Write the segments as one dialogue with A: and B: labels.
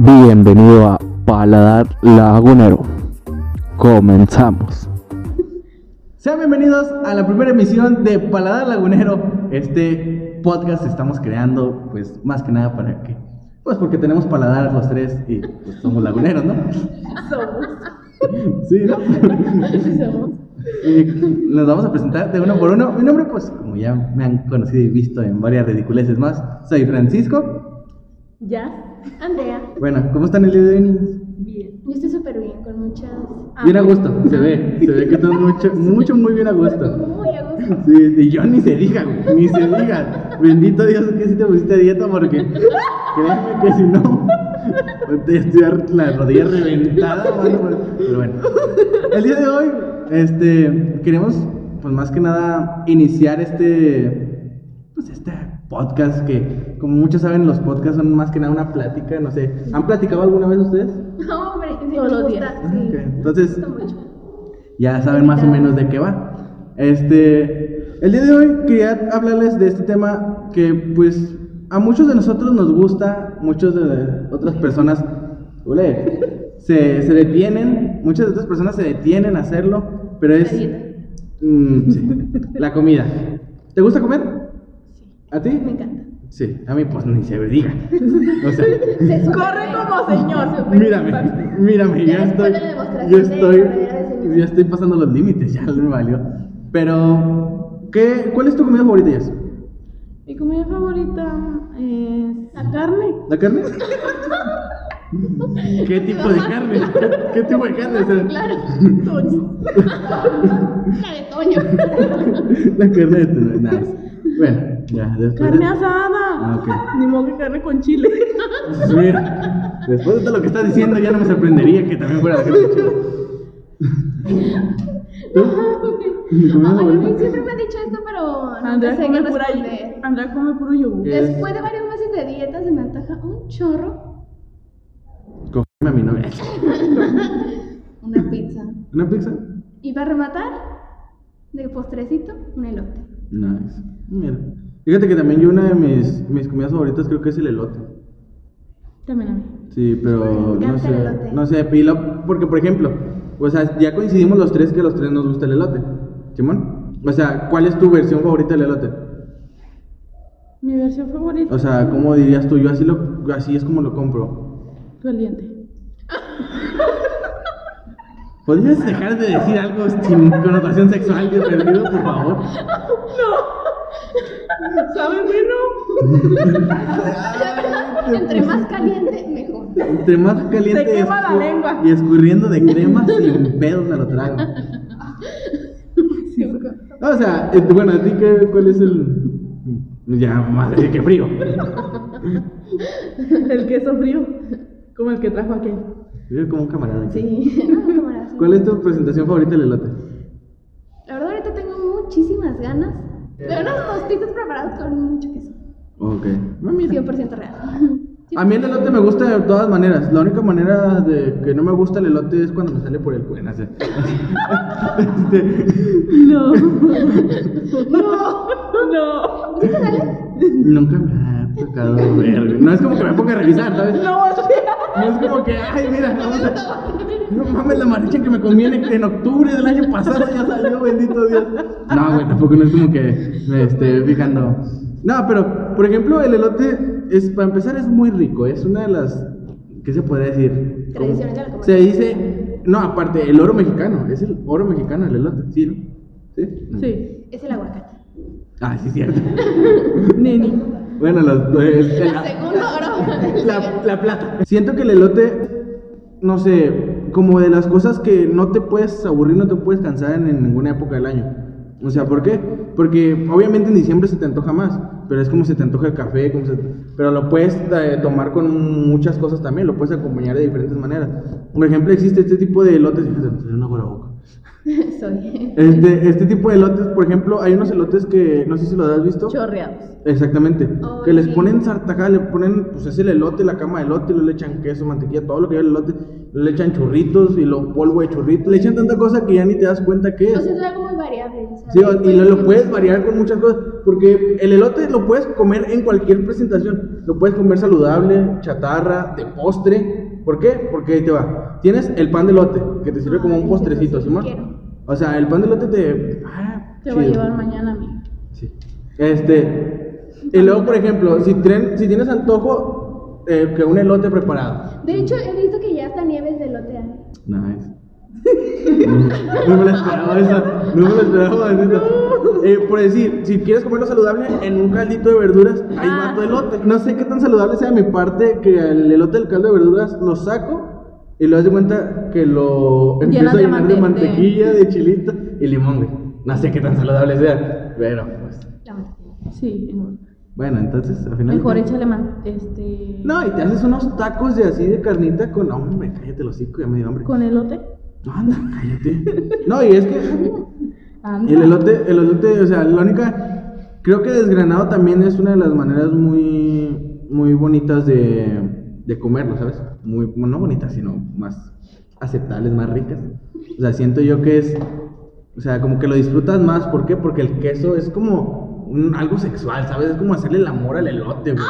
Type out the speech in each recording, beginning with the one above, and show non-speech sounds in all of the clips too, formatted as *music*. A: Bienvenido a Paladar Lagunero. Comenzamos.
B: Sean bienvenidos a la primera emisión de Paladar Lagunero. Este podcast estamos creando, pues, más que nada para que, pues, porque tenemos paladar los tres y pues, somos
A: *laughs*
B: laguneros, ¿no? Sí, *laughs* ¿no? Eh, nos vamos a presentar de uno por uno. Mi nombre, pues, como ya me han conocido y visto en varias ridiculeces más, soy Francisco.
C: Ya, Andrea.
B: Bueno, ¿cómo están el día de hoy, niños?
C: Bien. Yo estoy súper bien, con muchas.
B: Bien a gusto, se ve, se ve que estás mucho, mucho, muy bien a gusto.
C: Muy a gusto.
B: Sí, y yo ni se diga, güey, ni se diga. Bendito Dios que si te pusiste a dieta porque créeme que si no, te estoy ar- la rodilla reventada, mano, pero- pero bueno. El día de hoy, este, queremos, pues más que nada, iniciar este, pues este podcast que, como muchos saben, los podcasts son más que nada una plática, no sé. ¿Han platicado alguna vez ustedes?
C: No, hombre, sí Todos los días.
B: Ok, Entonces,
C: Me gusta mucho.
B: ya saben más o menos de qué va. Este, el día de hoy quería hablarles de este tema que pues a muchos de nosotros nos gusta, muchas de otras personas
C: *laughs*
B: ole, se, se detienen, muchas de otras personas se detienen a hacerlo, pero es Mm, sí, la comida. ¿Te gusta comer? ¿A ti?
C: Me encanta.
B: Sí, a mí pues ni se me diga. *laughs* O sea,
C: Corre como señor.
B: Mírame, mírame,
C: Ya
B: yo estoy,
C: después de la demostración
B: yo
C: de
B: estoy,
C: carrera de señor.
B: yo estoy pasando los límites, *laughs* ya me valió. Pero, ¿qué, ¿cuál es tu comida favorita, Jess?
D: Mi comida favorita es la carne.
B: ¿La
C: *laughs*
B: carne? ¿Qué tipo de carne? *laughs* ¿Qué tipo de carne? O sea,
C: *laughs* Claro.
B: *laughs*
C: Toño. La de Toño.
B: *laughs* la carne de tu- nada. Bueno, ya, después.
D: Carne
B: De,
D: asada.
B: Ah, ok.
D: Ni modo que carne con chile.
B: *laughs* mira, después de todo lo que estás diciendo, ya no me sorprendería que también fuera la carne de chivo.
C: Ay, a mí siempre me han dicho esto, pero *laughs* no
D: Andrea
C: sé qué
D: come, pura,
C: responder.
D: Andrea come puro yogur.
B: ¿Qué?
C: *laughs* Después de varios meses de dieta se me antoja un chorro,
B: Cogerme a mi novia.
C: una pizza.
B: ¿Una pizza?
C: Y para rematar, de postrecito, un elote.
B: Nice. Mira. Fíjate que también yo una de mis, mis comidas favoritas creo que es el elote.
D: También
B: *laughs*
D: a mí.
B: Sí, pero no
C: encanta el
B: sé,
C: elote.
B: no sé, pilo, porque por ejemplo, o sea, ya coincidimos los tres que a los tres nos gusta el elote, Simón. O sea, ¿cuál es tu versión favorita del elote?
D: Mi versión favorita
B: O sea, ¿cómo dirías tú? Yo así lo, así es como lo compro.
D: caliente.
B: ¿Podrías dejar de decir algo sin connotación sexual de perdido, por favor?
D: *laughs* ¿Sabe bueno?
C: Entre más caliente, mejor.
B: Entre más caliente
D: Se
B: y
D: quema la
B: escur-
D: lengua.
B: y escurriendo de crema sin pedos me lo trago. No, o sea, eh, bueno, ¿a ti qué, cuál es el...? Ya, madre, qué frío.
D: El queso frío. Como el que trajo aquí.
B: Yo como un camarada.
C: Sí, *laughs* no, cámara, sí.
B: ¿Cuál es tu presentación favorita del elote?
C: La verdad, ahorita tengo muchísimas ganas de unos tostitos preparados con mucho queso.
B: Ok. No, mira.
C: 100% real. *laughs*
B: A mí el elote me gusta de todas maneras. La única manera de que no me gusta el elote es cuando me sale por el cuerno. o sea. Este,
D: No. *laughs* no. No.
C: ¿Sí te sale?
B: *laughs* nunca me ha tocado ver. No es como que me ponga a revisar, ¿sabes?
D: No, Andrea.
B: No es como que, ay, mira, vamos a- No mames, la maricha que me comí en, en octubre del año pasado ya salió, bendito Dios. No, güey, tampoco no es como que me esté fijando. No, pero, por ejemplo, el elote, es, para empezar, es muy rico. Es una de las. ¿Qué se podría decir?
C: Tradiciones de la comunidad.
B: Se dice. No, aparte, el oro mexicano. Es el oro mexicano, el elote, ¿sí, no? ¿Sí?
D: Sí.
C: Es el aguacate.
B: Ah, sí, cierto.
D: Neni.
B: Bueno, los. el- el-
C: El segundo oro.
B: la, la plata. Siento que el elote, no sé, como de las cosas que no te puedes aburrir, no te puedes cansar en, en ninguna época del año. O sea, ¿por qué? Porque obviamente en diciembre se te antoja más, pero es como se te antoja el café, como se- pero lo puedes eh, tomar con muchas cosas también, lo puedes acompañar de diferentes maneras. Por ejemplo, existe este tipo de elotes, fíjate, me salió una agua a la boca.
C: *laughs* Soy.
B: Este, este tipo de elotes, por ejemplo, hay unos elotes que no sé si los has visto.
D: Chorreados.
B: Exactamente.
C: Oh,
B: que les
C: sí.
B: ponen sartajada, le ponen, pues es el elote, la cama de elote, luego le echan queso, mantequilla, todo lo que lleva el elote, le echan churritos y lo polvo de churritos, le echan tanta cosa que ya ni te das cuenta qué
C: O
B: es.
C: sea, pues, es algo muy variable. o sea,
B: Sí, o- y
C: puedes-
B: lo, lo puedes variar con muchas cosas. Porque el elote lo puedes comer en cualquier presentación. Lo puedes comer saludable, chatarra, de postre. ¿Por qué? Porque ahí te va. Tienes el pan de elote, que te sirve como
C: Ay,
B: un
C: sí,
B: postrecito,
C: Ah, sí,
B: Simón.
C: quiero.
B: O sea, el pan de elote te. Ah,
D: Te voy a
B: chido.
D: llevar mañana, amiga.
B: Sí. Este. Y luego, por ejemplo, si, tren- si tienes antojo, eh, que un elote preparado.
C: De hecho, he visto que ya hasta nieves de lote hay.
B: Nice. *laughs* no me la esperaba esa. No me la esperaba neta. Eh, por decir, si quieres comerlo saludable, en un caldito de verduras, ahí va
D: Ah.
B: tu elote. No sé qué tan saludable sea de mi parte que el elote del caldo de verduras lo saco y lo das de cuenta que lo
D: Llenas
B: empiezo a
D: de
B: llenar de
D: mante- de-
B: mantequilla, de chilito y limón, güey. No sé qué tan saludable sea, pero pues.
C: La mantequilla.
D: Sí, en-
B: Bueno, entonces al final.
D: mejor échale man, este.
B: No, y te haces unos tacos de así de carnita con. Hombre, cállate los hocico, ya me dio hambre.
D: Con elote.
B: No, anda, cállate. No, y es que
D: Anda.
B: el elote, el elote, o sea, la única. Creo que desgranado también es una de las maneras muy, muy bonitas de, de comerlo, ¿sabes? Muy, bueno, no bonitas, sino más aceptables, más ricas. O sea, siento yo que es. O sea, como que lo disfrutas más. ¿Por qué? Porque el queso es como un- algo sexual, ¿sabes? Es como hacerle el amor al elote, güey.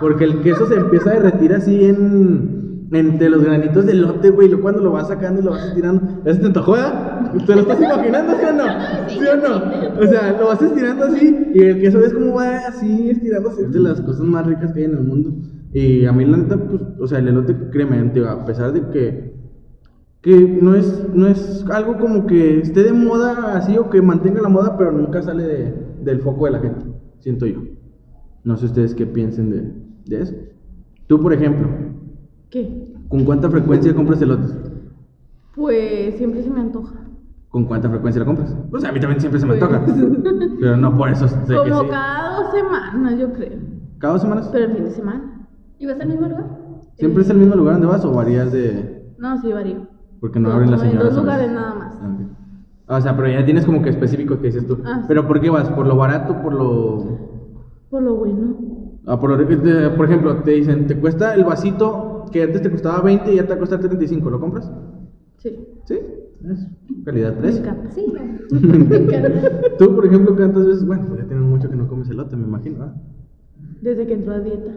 B: Porque el queso se empieza a derretir así en. Entre los granitos de elote, güey. Luego cuando lo vas sacando y lo vas estirando. ¿Ya se te antojó, eh? ¿Te lo estás imaginando, sí o no? ¿Sí o no? O sea, lo vas estirando así. Y el queso es como va así estirándose. Es de las cosas más ricas que hay en el mundo. Y a mí, la neta, pues, o sea, el elote, créeme, te digo, a pesar de que que no es, no es algo como que esté de moda así o que mantenga la moda, pero nunca sale de- del foco de la gente, siento yo. No sé ustedes qué piensen de, de eso. Tú, por ejemplo,
D: ¿Qué?
B: ¿con cuánta frecuencia compras elotes?
D: Pues siempre se me antoja.
B: ¿Con cuánta frecuencia la compras? Pues a mí también siempre se me
D: *laughs*
B: toca, pero no por eso sé que
D: Como
B: sí.
D: cada dos semanas, yo creo.
B: ¿Cada dos semanas?
D: Pero el fin de semana.
C: ¿Y vas al mismo lugar?
B: ¿Siempre es el mismo lugar donde vas o varías de...?
D: No, sí, varío.
B: Porque no
D: Sí,
B: abren las
D: como en
B: señoras.
D: dos
B: a veces.
D: lugares nada más.
B: Ah, ok. O sea, pero ya tienes como que específico que dices tú.
D: Ah, sí.
B: ¿Pero por qué vas? ¿Por lo barato? ¿Por lo...?
D: Por lo bueno.
B: Ah, por, lo- eh, por ejemplo, te dicen, te cuesta el vasito que antes te costaba 20 y ya te cuesta 35, ¿lo compras?
D: Sí.
B: Sí, es calidad
D: Me
B: 3.
D: encanta.
C: Sí.
B: *laughs*
C: Me encanta.
B: Tú, por ejemplo, ¿cuántas veces? Bueno, pues ya tienes mucho que no comes elote, me imagino, ¿verdad?
D: Desde que entró a dieta.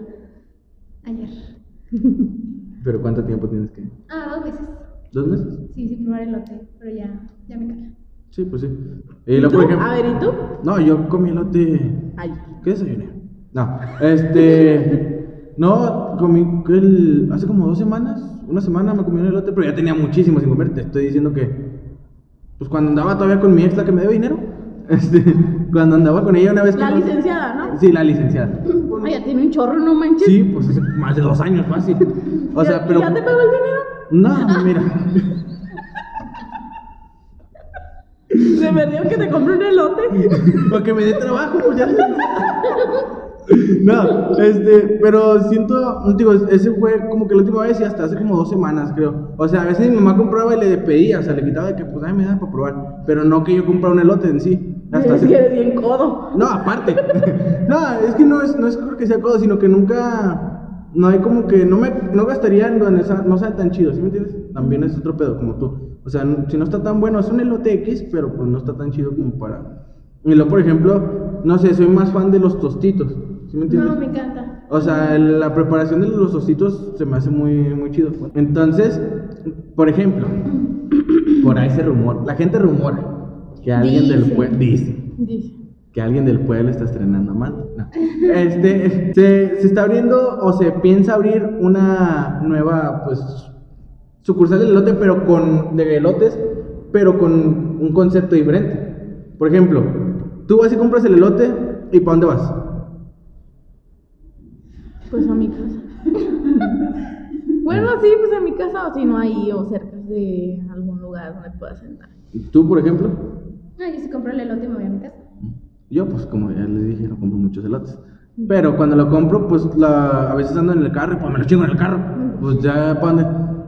C: Ayer.
B: Pero ¿cuánto tiempo tienes que?
C: Ah, dos veces.
B: ¿Dos meses?
C: Sí, sí, probar elote, pero ya, ya me cala.
B: Sí, pues sí. Y luego, por
D: ¿Tú?
B: ejemplo...
D: A ver, ¿y tú?
B: No, yo comí elote...
D: Ay.
B: ¿Qué desayuné? No, este. *laughs* No, comí el, hace como dos semanas, una semana me comí un elote, pero ya tenía muchísimo sin comer. Te estoy diciendo que. Pues cuando andaba todavía con mi ex, la que me debe dinero. *laughs* Este, cuando andaba con ella una vez que.
D: La
B: no-
D: licenciada, ¿no?
B: Sí, la
D: *laughs*
B: licenciada.
D: Ay, ya tiene un chorro, no manches.
B: Sí, pues hace más de dos años, fácil. O
D: ¿Ya-
B: sea, pero.
D: ¿Ya te pagó
B: *laughs*
D: el dinero?
B: No, mira.
D: Se me dio que te compré un elote.
B: Porque me dé trabajo, pues ya. No, este, pero siento, digo, ese fue como que la última vez y hasta hace como dos semanas, creo. O sea, a veces mi mamá compraba y le pedía, o sea, le quitaba de que, pues, ay, me da para probar. Pero no que yo comprara un elote en sí. *laughs* Hasta
D: Es
B: hace-
D: que eres bien codo.
B: No, aparte. *laughs* no, es que no es, no es porque sea codo, sino que nunca, no hay como que, no me, no gastaría en donde sa- no sale tan chido, ¿sí me entiendes? También es otro pedo, como tú. O sea, n- si no está tan bueno, es un elote X, pero pues no está tan chido como para... Y luego, por ejemplo, no sé, soy más fan de los tostitos, ¿sí me entiendes?
C: No, me encanta.
B: O sea, el- la preparación de los ositos se me hace muy, muy chido. Entonces, por ejemplo, *clears throat* por ahí se rumor, la gente rumora que alguien del
C: Dice.
B: pueblo dice
D: Dice.
B: que alguien del pueblo está estrenando amante. No. Este, se, se está abriendo o se piensa abrir una nueva, pues, sucursal del elote, pero con, de elotes, pero con un concepto diferente. Por ejemplo, tú vas y compras el elote y ¿para dónde vas?
D: Pues a mi casa. *laughs* bueno, sí, pues a mi casa o si no ahí o cerca de algún lugar donde pueda sentar.
B: Tú, por ejemplo.
C: Ah, yo sí compro el elote y me voy a mi casa.
B: Yo, pues, como ya les dije, no compro muchos elotes. Pero cuando lo compro, pues, la, a veces ando en el carro y pues me lo chingo en el carro. Pues ya, pa' dónde.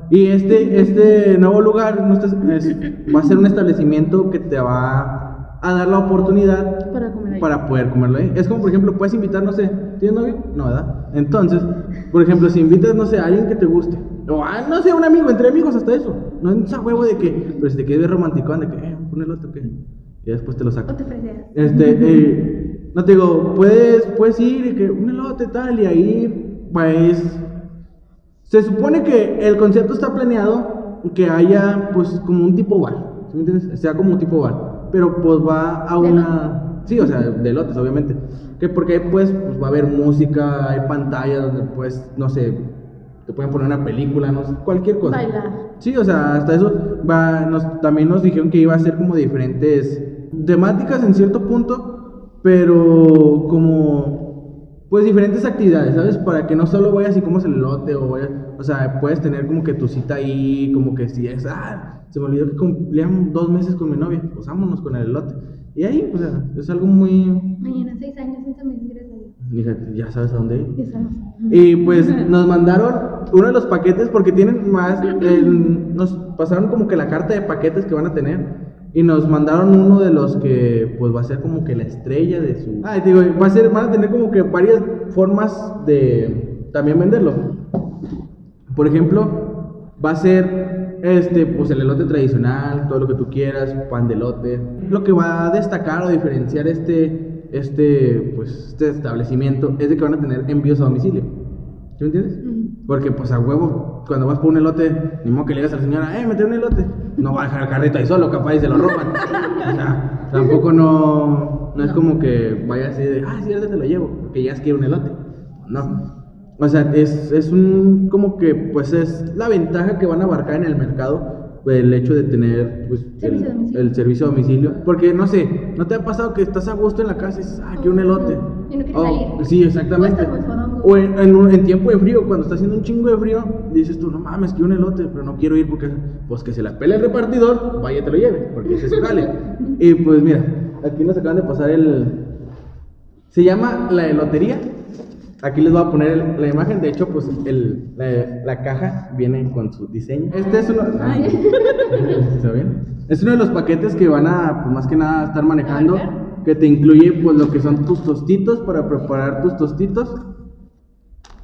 B: Y este, este nuevo lugar no estás- es- va a ser un establecimiento que te va a dar la oportunidad
D: Para comer ahí.
B: para poder comerlo ahí. Es como, por ejemplo, puedes invitar, no sé, ¿tienes novio? No, ¿verdad? Entonces, por ejemplo, si invitas, no sé, a alguien que te guste, o a, no sé, un amigo, entre amigos, hasta eso. No es esa huevo de que, pero si te quieres ver romántico, de que, eh, ponelo, ¿qué? Y después te lo saco.
C: O te freseas.
B: Este, eh, No te digo, puedes, puedes ir y que un elote tal, y ahí, pues. Se supone que el concepto está planeado que haya, pues, como un tipo bar. ¿Sí me entiendes? Sea como un tipo bar. Pero, pues, va a
C: ¿De
B: una. Sí, o sea, de lotes, obviamente. Que porque ahí, pues, pues, va a haber música, hay pantallas donde, pues, no sé, te pueden poner una película, no sé, cualquier cosa.
D: Bailar.
B: Sí, o sea, hasta eso va, nos, también nos dijeron que iba a ser como diferentes temáticas en cierto punto, pero como pues diferentes actividades, ¿sabes? Para que no solo vayas y comas el elote o vayas, o sea, puedes tener como que tu cita ahí, como que si es, ah, se me olvidó que cumplían dos meses con mi novia, pues vámonos con el elote. Y ahí, o sea, es algo muy...
C: Mañana, seis años, entonces me dices
B: Dije, ya sabes a dónde ir.
C: Ya sabes.
B: Y pues nos mandaron uno de los paquetes porque tienen más, el- nos pasaron como que la carta de paquetes que van a tener y nos mandaron uno de los que pues va a ser como que la estrella de su... Ah, y te digo, va a ser, van a tener como que varias formas de también venderlo. Por ejemplo, va a ser este, pues el elote tradicional, todo lo que tú quieras, pan de elote. Lo que va a destacar o diferenciar este, este, pues, este establecimiento es de que van a tener envíos a domicilio. ¿Sí me entiendes?
D: Ujú.
B: Porque pues a huevo, cuando vas por un elote, ni modo que le digas a la señora, eh, mete un elote. No va a dejar el carrito ahí solo, capaz y se lo roban. o sea, tampoco no, no es como que vaya así de, ah, sí, ahorita te lo llevo, porque ya es que un elote. No. O sea, es, es un, como que, pues es la ventaja que van a abarcar en el mercado, pues, el hecho de tener, pues,
C: Servicio a
B: el,
C: domicilio.
B: el servicio a domicilio. Porque, no sé, ¿no te ha pasado que estás a gusto en la casa y dices, ah, quiero un elote?
C: Y no quieres
B: Oh,
C: salir. pues,
B: Sí, exactamente.
C: O estás muy fodongo.
B: O en, en un- en tiempo de frío, cuando está haciendo un chingo de frío, dices tú, no mames, quiero un elote, pero no quiero ir porque, pues que se la pele el repartidor, vaya te lo lleve, porque ese es su *laughs* jale. y pues mira, aquí nos acaban de pasar el... Se llama la elotería. Aquí les voy a poner el- la imagen, de hecho, pues el, la, la caja viene con su diseño. Este es uno...
D: Ay.
B: *laughs* ¿Está bien? Es uno de los paquetes que van a, pues, más que nada, estar manejando,
D: Abarcar.
B: que te incluye, pues, lo que son tus tostitos para preparar tus tostitos,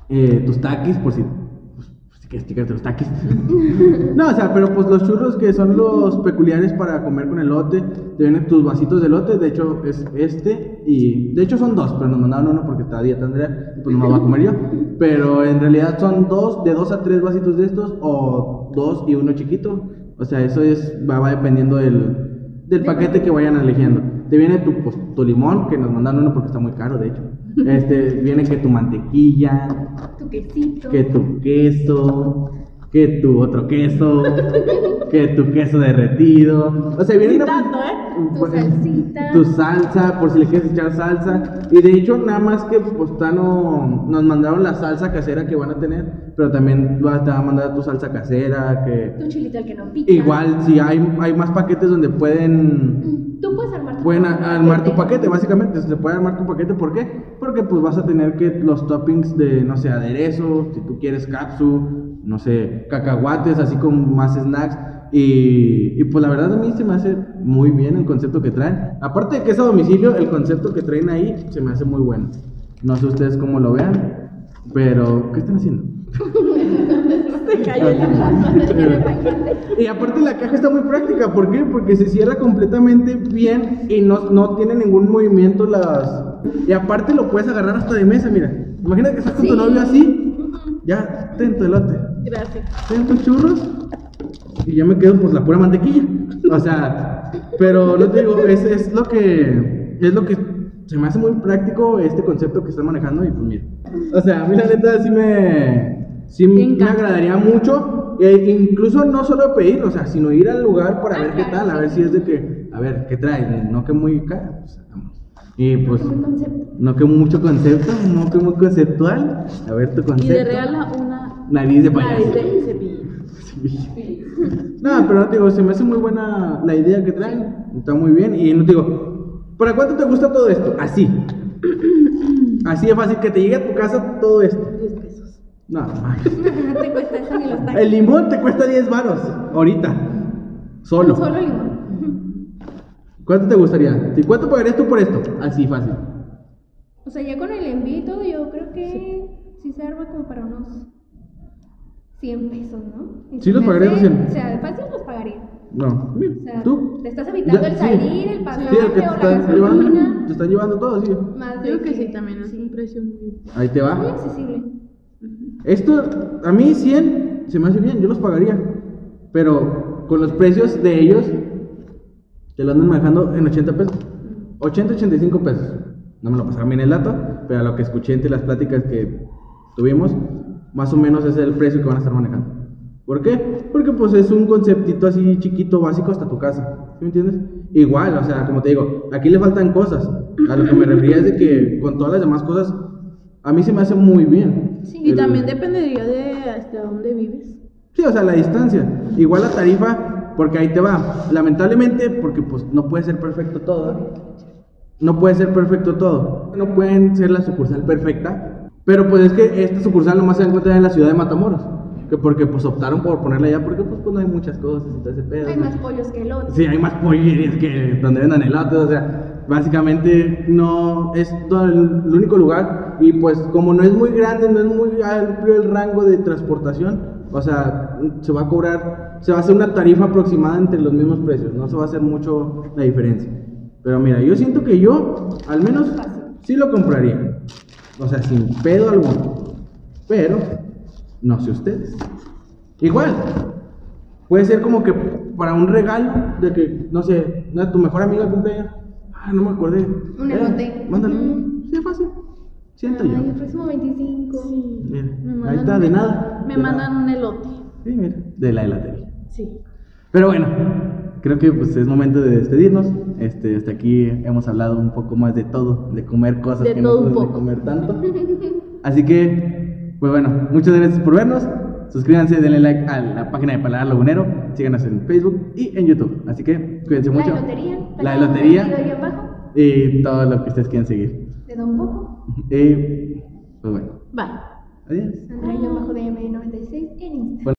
B: eh, tus taquis, por si, pues, si quieres chicas los taquis. *laughs* no, o sea, pero pues los churros que son los peculiares para comer con elote, te vienen tus vasitos de elote, de hecho es este, y de hecho son dos, pero nos mandaron uno porque está a dieta Andrea, y pues nomás va a comer yo, pero en realidad son dos, de dos a tres vasitos de estos, o dos y uno chiquito, o sea, eso es, va, va dependiendo del, del paquete que vayan eligiendo. Te viene tu, pues, tu limón, que nos mandaron uno porque está muy caro, de hecho. Este, viene que tu mantequilla,
C: Tu quesito.
B: que tu queso, que tu otro queso, que tu queso derretido. O sea, viene
D: Ni
B: una-
D: tanto, ¿eh? *laughs*
C: Tu
B: Bueno,
C: salsita.
B: Tu salsa, por si le quieres echar salsa. Y de hecho, nada más que Postano nos mandaron la salsa casera que van a tener, pero también va- te va a mandar tu salsa casera. que
C: Tu chilito el que no pica.
B: Igual, si hay, hay más paquetes donde pueden
C: Mm, Tú puedes armar tu
B: pueden
C: propio
B: a- armar tu paquete, básicamente. Se puede armar tu paquete, ¿por qué? Porque pues vas a tener que los toppings de, no sé, aderezo, si tú quieres capsu, no sé, cacahuates, así con más snacks. Y, y, pues la verdad a mí se me hace muy bien el concepto que traen. Aparte de que es a domicilio, el concepto que traen ahí se me hace muy bueno. No sé ustedes cómo lo vean, pero ¿qué están haciendo?
D: Se cayó la taza.
B: Y aparte la caja está muy práctica, ¿por qué? Porque se cierra completamente bien y no, no tiene ningún movimiento las... Y aparte lo puedes agarrar hasta de mesa, mira. Imagina que estás con tu
C: Sí.
B: novio
C: Mm,
B: así, ya, ten tu elote,
D: Gracias.
B: ten tus churros y ya me quedo pues la pura mantequilla. O sea, pero no te digo, es, es lo que... Es lo que se me hace muy práctico este concepto que están manejando y pues mira. O sea, a mí la neta sí me... Sí
D: Me
B: me
D: encanta.
B: agradaría mucho, e incluso no solo pedir, o sea, sino ir al lugar para
C: Ah,
B: ver qué
C: claro,
B: tal, a
C: sí.
B: ver si es de que, a ver, ¿qué traes? No que muy cara, pues, vamos. Y pues,
C: Qué buen concepto.
B: no que mucho concepto, no que muy conceptual, a ver tu
D: Y le
B: concepto.
D: regala una
B: Nariz de payaso.
D: nariz de cepillo.
B: No, pero no te digo, se me hace muy buena la idea que traen. Está muy bien. Y no te digo, ¿para cuánto te gusta todo esto? Así. *clears throat* Así de fácil, que te llegue a tu casa todo esto.
D: 10 pesos.
B: No,
C: No te cuesta eso ni los taxis.
B: el limón te cuesta 10 varos ahorita. Solo.
C: Solo limón.
B: ¿Cuánto te gustaría? ¿Y cuánto pagarías tú por esto? Así fácil.
C: O sea, ya con el envío y todo, yo creo que sí se arma como para unos 100 pesos, ¿no? Y
B: Sí,
C: se
B: los
C: me
B: pagarías
C: hace-
B: los 100.
C: O sea, de fácil los pagaría.
B: No.
C: O sea,
B: ¿Tú?
C: te estás evitando
B: Ya,
C: el
B: sí.
C: salir, el
B: Sí,
C: paseo,
B: el que te
C: o la
B: están llevando,
C: gasolina.
B: te están llevando todo, sí.
C: Más
D: Creo
C: de
D: que sí, también es un precio muy.
B: Ahí te
C: Muy
B: va.
C: accesible.
B: Esto, a mí 100 se me hace bien, yo los pagaría. Pero con los precios de ellos, te lo andan manejando en 80 pesos. 80, 85 pesos. No me lo pasaba bien el dato, pero a lo que escuché entre las pláticas que tuvimos, más o menos es el precio que van a estar manejando. ¿Por qué? Porque pues es un conceptito así chiquito, básico hasta tu casa. ¿Sí me entiendes? Igual, o sea, como te digo, aquí le faltan cosas. A lo que me refería es de que con todas las demás cosas, a mí se me hace muy bien.
C: Sí.
D: Y
B: El-
D: también dependería de hasta dónde vives.
B: Sí, o sea, la distancia. Igual la tarifa, porque ahí te va. Lamentablemente, porque pues no puede ser perfecto todo. No puede ser perfecto todo. No pueden ser la sucursal perfecta. Pero pues es que esta sucursal nomás se encuentra en la ciudad de Matamoros. Que porque pues optaron por ponerla allá porque pues, pues no hay muchas cosas y todo ese pedo.
C: Hay
B: ¿no?
C: más pollos que elotes.
B: Sí, hay más pollerías que donde vendan helados, o sea, básicamente no es todo el, el único lugar y pues como no es muy grande, no es muy amplio el rango de transportación, o sea, se va a cobrar, se va a hacer una tarifa aproximada entre los mismos precios, no se va a hacer mucho la diferencia. Pero mira, yo siento que yo al menos sí lo compraría, o sea, sin pedo alguno, pero no sé ustedes. Igual, Puede ser como que para un regalo de que, no sé, no, tu mejor amiga cumpleaños. Ah, no me acordé.
C: Un elote.
B: Mándale.
C: Ujú.
B: Sí, fácil. Siento
C: Ay,
B: yo.
C: el próximo 25. *laughs*
B: Mira,
D: Me
B: ahí
D: mandan
B: está,
D: un-
B: de nada,
D: Me
B: de
D: mandan
B: nada.
D: un elote.
B: Sí, mira, de la helatería.
D: Sí.
B: Pero bueno, creo que pues es momento de despedirnos. Este, hasta aquí hemos hablado un poco más de todo, de comer cosas
D: De
B: que
D: todo
B: no
D: un
B: podemos
D: poco.
B: comer tanto. Así que, pues bueno, muchas gracias por vernos. Suscríbanse, denle like a la página de Paladar Lagunero, síganos en Facebook y en YouTube. Así que cuídense
C: La
B: mucho.
C: lotería.
B: La
C: Tenemos
B: lotería.
C: un video ahí abajo
B: Y todo lo que ustedes quieran seguir.
C: De Don Boco.
B: Y, pues bueno,
D: Bye.
B: adiós.
C: Andrea y abajo de M96 en Instagram.